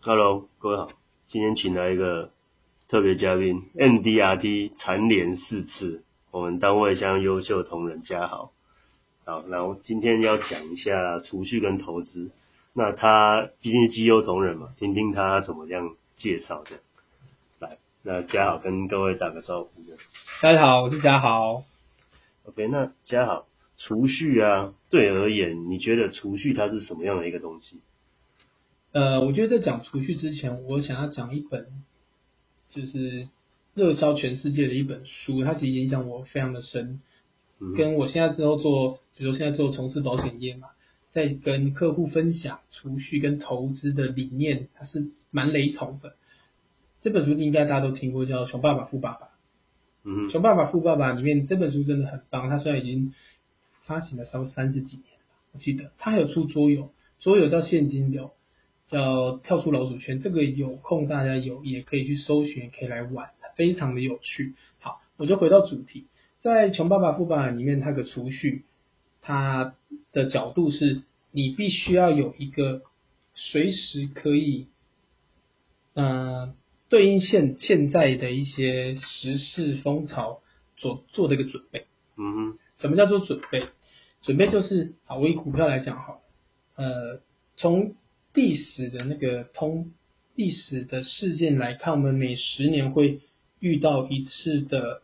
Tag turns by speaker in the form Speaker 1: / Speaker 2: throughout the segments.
Speaker 1: Hello，各位好，今天请来一个特别嘉宾，MDRT 蝉联四次，我们单位向优秀同仁加好。好，然后今天要讲一下储蓄跟投资。那他毕竟是绩优同仁嘛，听听他怎么样介绍这样。来，那嘉好跟各位打个招呼。
Speaker 2: 大家好，我是嘉豪。
Speaker 1: OK，那嘉好，储蓄啊，对而言，你觉得储蓄它是什么样的一个东西？
Speaker 2: 呃，我觉得在讲储蓄之前，我想要讲一本就是热销全世界的一本书，它其实影响我非常的深。
Speaker 1: 嗯
Speaker 2: 跟我现在之后做，比如说现在做从事保险业嘛，在跟客户分享储蓄跟投资的理念，它是蛮雷同的。这本书应该大家都听过，叫《穷爸爸富爸爸》。
Speaker 1: 嗯
Speaker 2: 《穷爸爸富爸爸》里面这本书真的很棒，它虽然已经发行了差不多三十几年了吧，我记得它还有出桌游，桌游叫现金流，叫跳出老鼠圈，这个有空大家有也可以去搜寻，也可以来玩，非常的有趣。好，我就回到主题，在《穷爸爸富爸爸》里面，它的储蓄，它的角度是你必须要有一个随时可以嗯，对应现现在的一些时事风潮所做的一个准备。
Speaker 1: 嗯哼，
Speaker 2: 什么叫做准备？准备就是啊，我以股票来讲好了，呃，从历史的那个通历史的事件来看，我们每十年会遇到一次的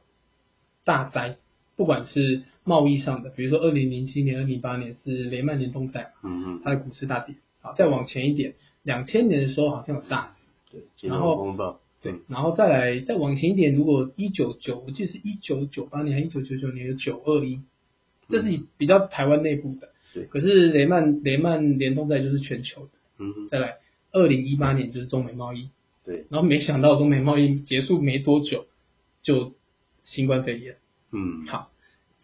Speaker 2: 大灾，不管是贸易上的，比如说二零零七年、二零零八年是雷曼联动债嘛，
Speaker 1: 嗯哼，
Speaker 2: 它的股市大跌。好，再往前一点，两千年的时候好像有 SARS。
Speaker 1: 对，金
Speaker 2: 然
Speaker 1: 融
Speaker 2: 后
Speaker 1: 风暴，
Speaker 2: 对，然后再来再往前一点，如果一九九，我记得是一九九八年还一九九九年的九二一，这是比较台湾内部的。
Speaker 1: 对
Speaker 2: 可是雷曼雷曼联动债就是全球的。
Speaker 1: 嗯哼，
Speaker 2: 再来，二零一八年就是中美贸易，
Speaker 1: 对，
Speaker 2: 然后没想到中美贸易结束没多久就新冠肺炎。
Speaker 1: 嗯，
Speaker 2: 好，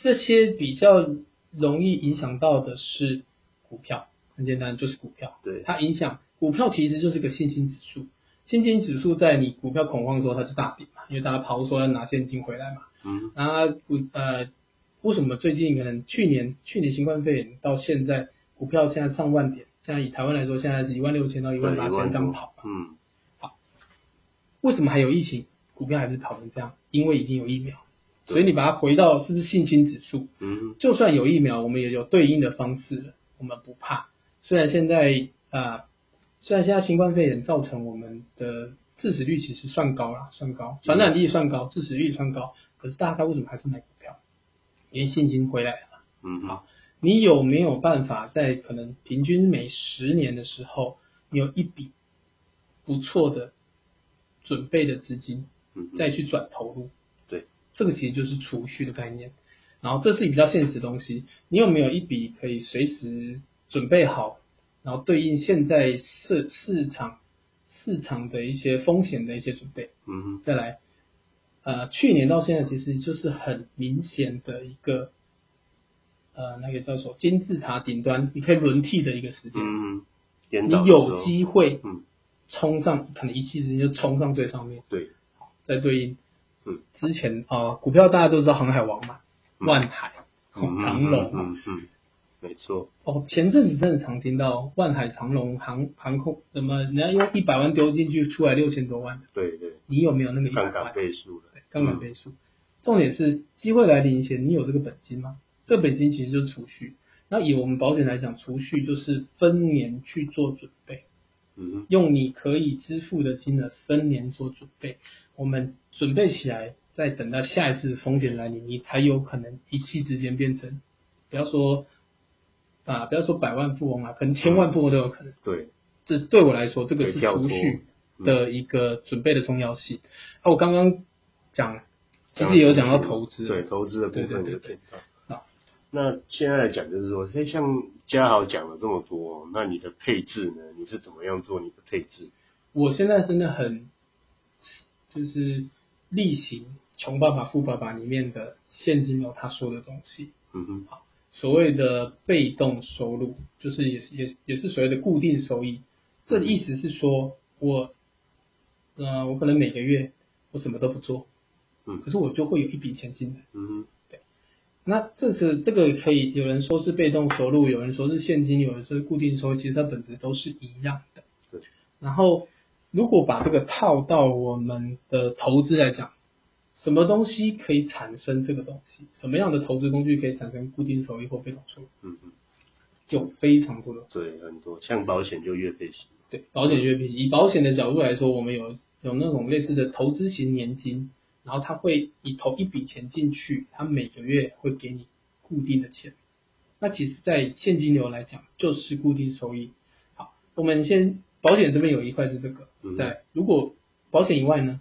Speaker 2: 这些比较容易影响到的是股票，很简单，就是股票。
Speaker 1: 对，
Speaker 2: 它影响股票其实就是个现金指数，现金指数在你股票恐慌的时候它就大跌嘛，因为大家抛售要拿现金回来嘛。
Speaker 1: 嗯
Speaker 2: 然后股呃，为什么最近可能去年去年新冠肺炎到现在股票现在上万点，现在以台湾来说现在是一万六千到一
Speaker 1: 对，
Speaker 2: 万八
Speaker 1: 一万
Speaker 2: 千这样
Speaker 1: 多
Speaker 2: 跑，
Speaker 1: 嗯，
Speaker 2: 为什么还有疫情，股票还是跑成这样？因为已经有疫苗，
Speaker 1: 对
Speaker 2: 所以你把它回到是不是信心指数？
Speaker 1: 嗯，
Speaker 2: 就算有疫苗，我们也有对应的方式了，我们不怕。虽然现在呃，虽然现在新冠肺炎造成我们的致死率其实算高啦，算高，传染力算高，致死率算高，可是大家为什么还是买股票？因为信心回来了。
Speaker 1: 嗯，
Speaker 2: 好，你有没有办法在可能平均每十年的时候，你有一笔不错的准备的资金，
Speaker 1: 嗯哼，
Speaker 2: 再去转投入。
Speaker 1: 嗯对，
Speaker 2: 这个其实就是储蓄的概念。然后这是比较现实的东西，你有没有一笔可以随时准备好，然后对应现在市市场市场的一些风险的一些准备？
Speaker 1: 嗯哼，
Speaker 2: 再来，呃，去年到现在其实就是很明显的一个，呃，那个叫什么金字塔顶端，你可以轮替的一个时间，
Speaker 1: 嗯，颠倒
Speaker 2: 你
Speaker 1: 的时候
Speaker 2: 有机会
Speaker 1: 嗯，
Speaker 2: 冲上，可能一气之间就冲上最上面。
Speaker 1: 对，
Speaker 2: 在对应，
Speaker 1: 嗯，
Speaker 2: 之前啊、呃股票大家都知道航海王
Speaker 1: 嗯
Speaker 2: 嘛，万海、哦
Speaker 1: 嗯嗯
Speaker 2: 长隆嘛，
Speaker 1: 嗯嗯嗯，没错，
Speaker 2: 哦，前阵子真的常听到万海、长隆航航空，怎么人家用一百万丢进去，出来六千多万，
Speaker 1: 对对，
Speaker 2: 你有没有那么一百
Speaker 1: 杠杆
Speaker 2: 万？
Speaker 1: 倍数了，
Speaker 2: 杠杆倍数。重点是机会来临前，你有这个本金吗？这个本金其实就是储蓄。那以我们保险来讲，储蓄就是分年去做准备。
Speaker 1: 嗯
Speaker 2: 用你可以支付的金额分年做准备，我们准备起来，再等到下一次风险来临，你才有可能一气之间变成，不要说啊，不要说百万富翁啊，可能千万富翁都有可能
Speaker 1: 哼，。对，
Speaker 2: 这对我来说，这个
Speaker 1: 可
Speaker 2: 是
Speaker 1: 以跳
Speaker 2: 储蓄
Speaker 1: 脱
Speaker 2: 的一个准备的重要性。啊，我刚刚讲，其实也有讲到投资，
Speaker 1: 对，投资的部分
Speaker 2: 对
Speaker 1: 有
Speaker 2: 对对
Speaker 1: 提
Speaker 2: 对
Speaker 1: 到。那现在来讲就是说，哎，像嘉豪讲了这么多，那你的配置呢？你是怎么样做你的配置？
Speaker 2: 我现在真的很，就是例行《穷爸爸富爸爸》里面的现金流他说的东西，
Speaker 1: 嗯哼，
Speaker 2: 所谓的被动收入，就是也是也是也是所谓的固定收益。这个意思是说，我，呃，我可能每个月我什么都不做，
Speaker 1: 嗯
Speaker 2: 可是我就会有一笔钱进来。
Speaker 1: 嗯哼，
Speaker 2: 那这是这个可以有人说是被动收入，有人说是现金，有人说是固定收入，其实它本质都是一样的
Speaker 1: 对。
Speaker 2: 然后如果把这个套到我们的投资来讲，什么东西可以产生这个东西？什么样的投资工具可以产生固定收益或被动收益？
Speaker 1: 嗯嗯，
Speaker 2: 有非常多的
Speaker 1: 对，很多像保险就月费型，
Speaker 2: 对，保险月 P 以保险的角度来说，我们有有那种类似的投资型年金，然后它会你投一笔钱进去，它每个月会给你固定的钱。那其实，在现金流来讲，就是固定收益。好，我们先保险这边有一块是这个
Speaker 1: 嗯，
Speaker 2: 在如果保险以外呢，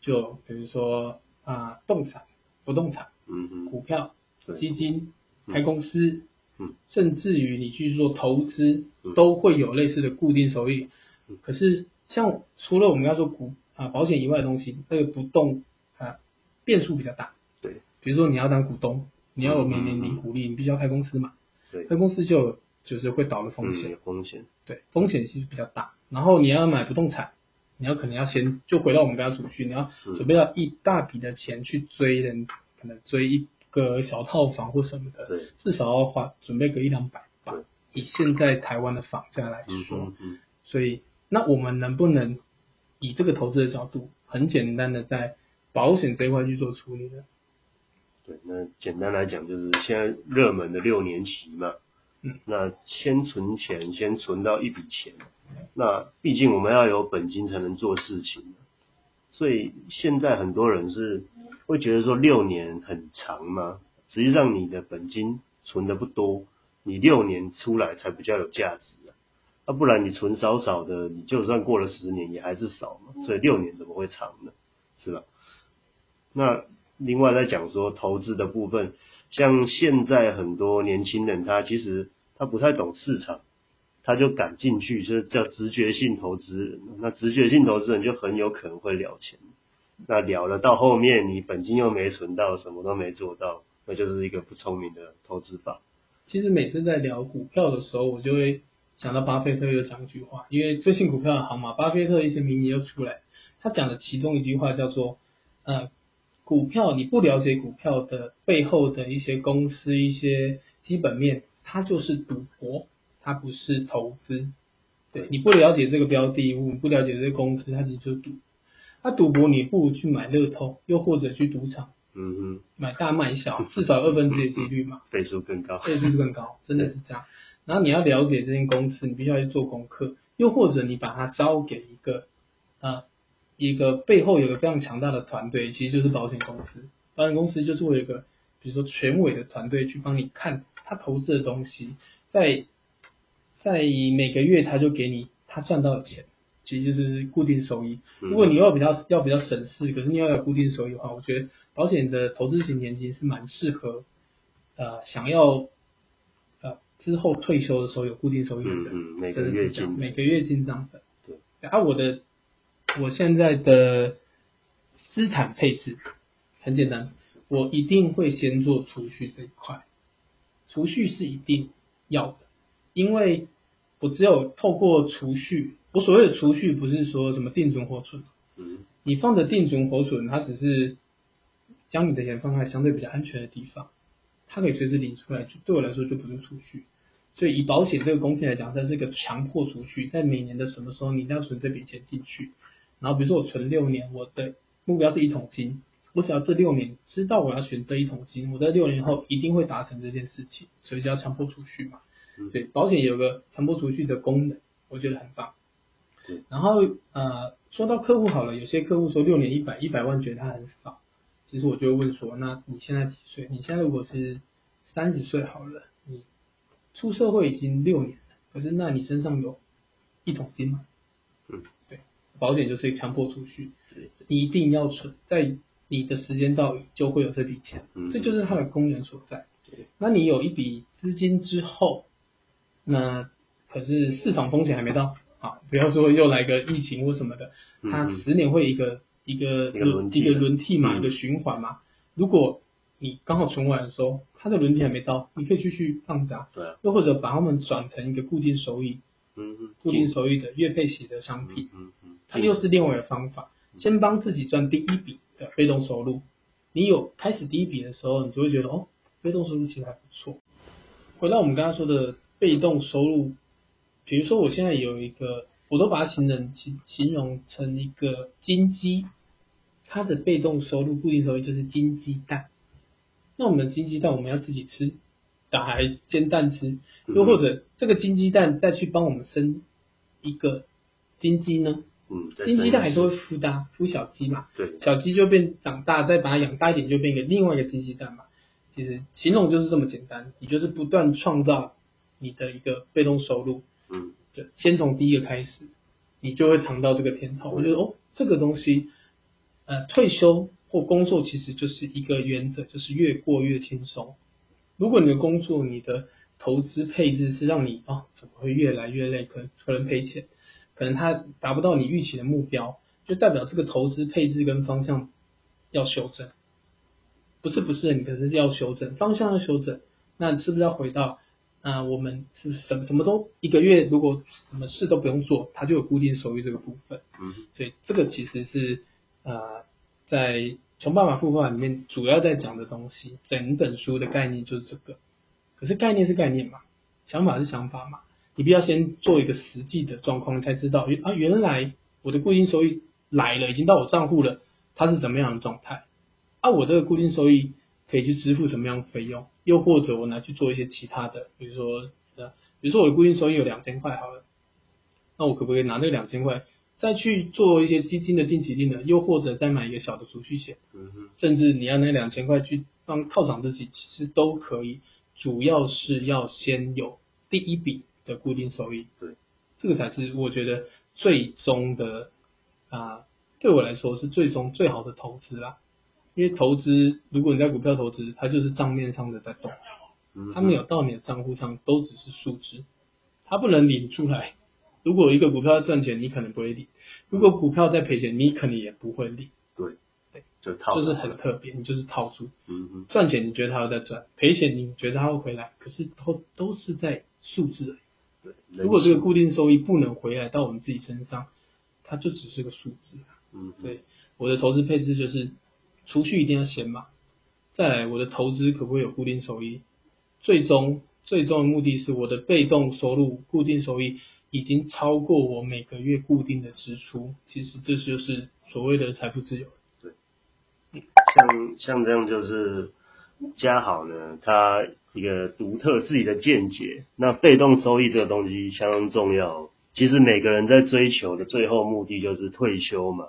Speaker 2: 就比如说啊、动产、不动产、
Speaker 1: 嗯嗯，
Speaker 2: 股票、
Speaker 1: 对，
Speaker 2: 基金、
Speaker 1: 嗯
Speaker 2: 开公司，
Speaker 1: 嗯，
Speaker 2: 甚至于你去做投资
Speaker 1: 嗯，
Speaker 2: 都会有类似的固定收益
Speaker 1: 嗯。
Speaker 2: 可是像除了我们要做股啊保险以外的东西，那个不动啊变数比较大。
Speaker 1: 对，
Speaker 2: 比如说你要当股东，你要有每年
Speaker 1: 嗯嗯
Speaker 2: 领
Speaker 1: 嗯
Speaker 2: 股利，你必须要开公司嘛，
Speaker 1: 对，
Speaker 2: 开公司就有就是会倒的嗯风
Speaker 1: 嗯，
Speaker 2: 险，
Speaker 1: 有风险，
Speaker 2: 对，风险其实比较大。然后你要买不动产，你要可能要先就回到我们刚刚储蓄，你要
Speaker 1: 嗯
Speaker 2: 准备要一大笔的钱去追人，可能追一个小套房或什么的，
Speaker 1: 对，
Speaker 2: 至少要花准备个一两百吧
Speaker 1: 对。
Speaker 2: 以现在台湾的房价来
Speaker 1: 嗯
Speaker 2: 说，
Speaker 1: 嗯嗯，
Speaker 2: 所以那我们能不能以这个投资的角度，很简单的在保险这一块去做处理呢？
Speaker 1: 对，那简单来讲就是现在热门的六年期嘛，
Speaker 2: 嗯，
Speaker 1: 那先存钱，先存到一笔钱，那毕竟我们要有本金才能做事情，所以现在很多人是会觉得说六年很长嘛，实际上你的本金存的不多，你六年出来才比较有价值啊，那不然你存少少的，你就算过了十年也还是少嘛，所以六年怎么会长呢？是吧？那另外再讲说投资的部分，像现在很多年轻人，他其实他不太懂市场，他就敢进去，就是叫直觉性投资人。那直觉性投资人就很有可能会了钱，那了了到后面你本金又没存到，什么都没做到，那就是一个不聪明的投资法。
Speaker 2: 其实每次在聊股票的时候，我就会想到巴菲特又讲一句话，因为最近股票很好嘛，巴菲特一些名言又出来，他讲的其中一句话叫做，呃，股票你不了解股票的背后的一些公司一些基本面，它就是赌博，它不是投资。对你不了解这个标的物，你不了解这个公司，它其实就是赌。那赌博你不如去买乐透，又或者去赌场
Speaker 1: 嗯哼，
Speaker 2: 买大卖小，至少有二分之一的几率嘛。
Speaker 1: 倍数更高。嗯
Speaker 2: 倍数更高，真的是这样。然后你要了解这间公司，你必须要去做功课，又或者你把它交给一个呃一个背后有个非常强大的团队，其实就是保险公司。保险公司就是会有一个比如说权威的团队去帮你看他投资的东西，在在每个月他就给你他赚到的钱，其实就是固定收益。
Speaker 1: 嗯
Speaker 2: 如果你要比较要比较省事，可是你要有固定收益的话，我觉得保险的投资型年金是蛮适合呃想要呃之后退休的时候有固定收益的人，
Speaker 1: 嗯嗯每个
Speaker 2: 真的
Speaker 1: 月
Speaker 2: 是这样
Speaker 1: 进
Speaker 2: 每个月进账的。
Speaker 1: 对，
Speaker 2: 啊，我的我现在的资产配置很简单，我一定会先做储蓄这一块，储蓄是一定要的，因为我只有透过储蓄，我所谓的储蓄不是说什么定存活存，
Speaker 1: 嗯
Speaker 2: 你放的定存活存，它只是将你的钱放在相对比较安全的地方，它可以随时领出来，就对我来说就不是储蓄。所以以保险这个工具来讲，它是一个强迫储蓄，在每年的什么时候你一定要存这笔钱进去。然后比如说我存六年，我的目标是一桶金，我只要这六年知道我要选这一桶金，我在六年后一定会达成这件事情，所以叫强迫储蓄嘛
Speaker 1: 嗯。
Speaker 2: 所以保险有个强迫储蓄的功能，我觉得很棒
Speaker 1: 对。
Speaker 2: 然后呃，说到客户好了，有些客户说六年一百一百万觉得他很少，其实我就会问说，那你现在几岁？你现在如果是三十岁好了，你出社会已经六年了，可是那你身上有一桶金吗？
Speaker 1: 嗯，
Speaker 2: 对，保险就是强迫储蓄
Speaker 1: 对，
Speaker 2: 你一定要存，在你的时间到就会有这笔钱，
Speaker 1: 嗯
Speaker 2: 这就是它的功能所在
Speaker 1: 对。
Speaker 2: 那你有一笔资金之后，那可是市场风险还没到啊，不要说又来个疫情或什么的，
Speaker 1: 嗯
Speaker 2: 它
Speaker 1: 嗯
Speaker 2: 十年会一个一个
Speaker 1: 一个轮替
Speaker 2: 一个轮替嘛，
Speaker 1: 嗯
Speaker 2: 一个循环嘛。如果你刚好存完的时候，它的轮替还没到，你可以继续放着啊，
Speaker 1: 对啊，
Speaker 2: 又或者把它们转成一个固定收益、
Speaker 1: 嗯嗯，
Speaker 2: 固定收益的月配息的商品
Speaker 1: 嗯，嗯嗯，
Speaker 2: 它又是另外的方法，先帮自己赚第一笔的被动收入。你有开始第一笔的时候，你就会觉得哦，被动收入其实还不错。回到我们刚刚说的被动收入，比如说我现在有一个我都把它形容形形容成一个金鸡，它的被动收入、固定收入就是金鸡蛋。那我们金鸡蛋我们要自己吃，打还煎蛋吃，又或者这个金鸡蛋再去帮我们生一个金鸡呢？
Speaker 1: 嗯，再
Speaker 2: 金
Speaker 1: 生
Speaker 2: 鸡
Speaker 1: 一
Speaker 2: 蛋还
Speaker 1: 次
Speaker 2: 是会孵的啊，孵小鸡嘛，
Speaker 1: 对，
Speaker 2: 小鸡就变长大，再把它养大一点，就变一个另外一个金鸡蛋嘛。其实形容就是这么简单，你就是不断创造你的一个被动收入，
Speaker 1: 嗯
Speaker 2: 就先从第一个开始，你就会尝到这个甜头。我觉得哦，这个东西，呃，退休或工作其实就是一个原则，就是越过越轻松。如果你的工作、你的投资配置是让你哦，怎么会越来越累，可能可能赔钱，可能它达不到你预期的目标，就代表这个投资配置跟方向要修正，不是不是，你可是要修正方向要修正，那是不是要回到啊、我们是不是什么什么都一个月如果什么事都不用做，它就有固定收益这个部分，
Speaker 1: 嗯
Speaker 2: 所以这个其实是啊、呃在《穷爸爸富爸爸》里面主要在讲的东西，整本书的概念就是这个。可是概念是概念嘛，想法是想法嘛，你必要先做一个实际的状况，你才知道原啊原来我的固定收益来了，已经到我账户了，它是怎么样的状态？啊，我这个固定收益可以去支付什么样的费用？又或者我拿去做一些其他的，比如说呃，比如说我的固定收益有两千块好了，那我可不可以拿那两千块再去做一些基金的定期定额，又或者再买一个小的储蓄险？
Speaker 1: 嗯哼
Speaker 2: 甚至你要那两千块去帮犒赏自己，其实都可以。主要是要先有第一笔的固定收益，
Speaker 1: 对，
Speaker 2: 这个才是我觉得最终的啊、对我来说是最终最好的投资啦。因为投资，如果你在股票投资，它就是账面上的在动，
Speaker 1: 嗯哼，
Speaker 2: 它没有到你的账户上，都只是数值，它不能领出来。如果一个股票赚钱，你可能不会领；如果股票在赔钱，你可能也不会领，
Speaker 1: 对
Speaker 2: 对，
Speaker 1: 就套
Speaker 2: 就是
Speaker 1: 牢
Speaker 2: 很
Speaker 1: 了
Speaker 2: 特别，你就是套住。
Speaker 1: 嗯哼
Speaker 2: 赚钱你觉得他会再赚，赔钱你觉得他会回来，可是都都是在数字而已。
Speaker 1: 对，人
Speaker 2: 如果这
Speaker 1: 性
Speaker 2: 个固定收益不能回来到我们自己身上，它就只是个数字。
Speaker 1: 嗯哼
Speaker 2: 所以我的投资配置就是储蓄一定要先嘛，再来我的投资可不可以有固定收益？最终最终的目的是我的被动收入固定收益已经超过我每个月固定的支出，其实这就是所谓的财富自由。
Speaker 1: 像像这样就是嘉好呢，他一个独特自己的见解。那被动收益这个东西相当重要。其实每个人在追求的最后目的就是退休嘛。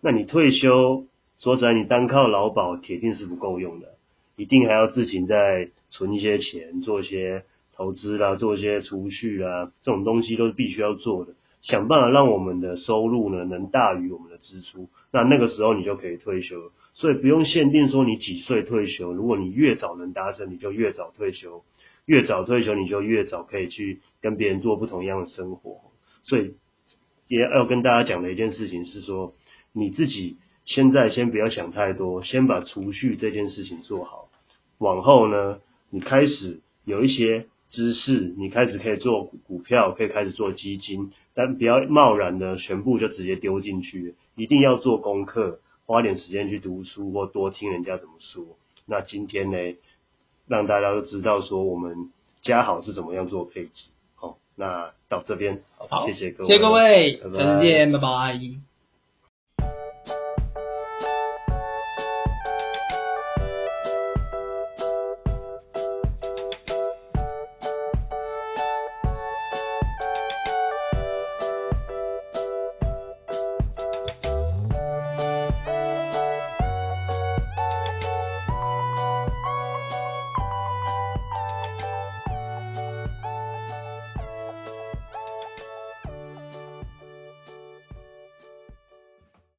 Speaker 1: 那你退休，说实在，你单靠劳保铁定是不够用的，一定还要自己再存一些钱，做一些投资啦，做一些储蓄啊，这种东西都是必须要做的。想办法让我们的收入呢能大于我们的支出，那那个时候你就可以退休了。所以不用限定说你几岁退休，如果你越早能达成，你就越早退休；越早退休，你就越早可以去跟别人做不同样的生活。所以也要跟大家讲的一件事情是说，你自己现在先不要想太多，先把储蓄这件事情做好。往后呢，你开始有一些知识，你开始可以做股票，可以开始做基金，但不要贸然的全部就直接丢进去，一定要做功课，花点时间去读书或多听人家怎么说。那今天呢，让大家都知道说我们嘉好是怎么样做配置。好，那到这边，
Speaker 2: 好，
Speaker 1: 谢谢各位，
Speaker 2: 谢谢各位，
Speaker 1: 拜拜
Speaker 2: 下次见，拜拜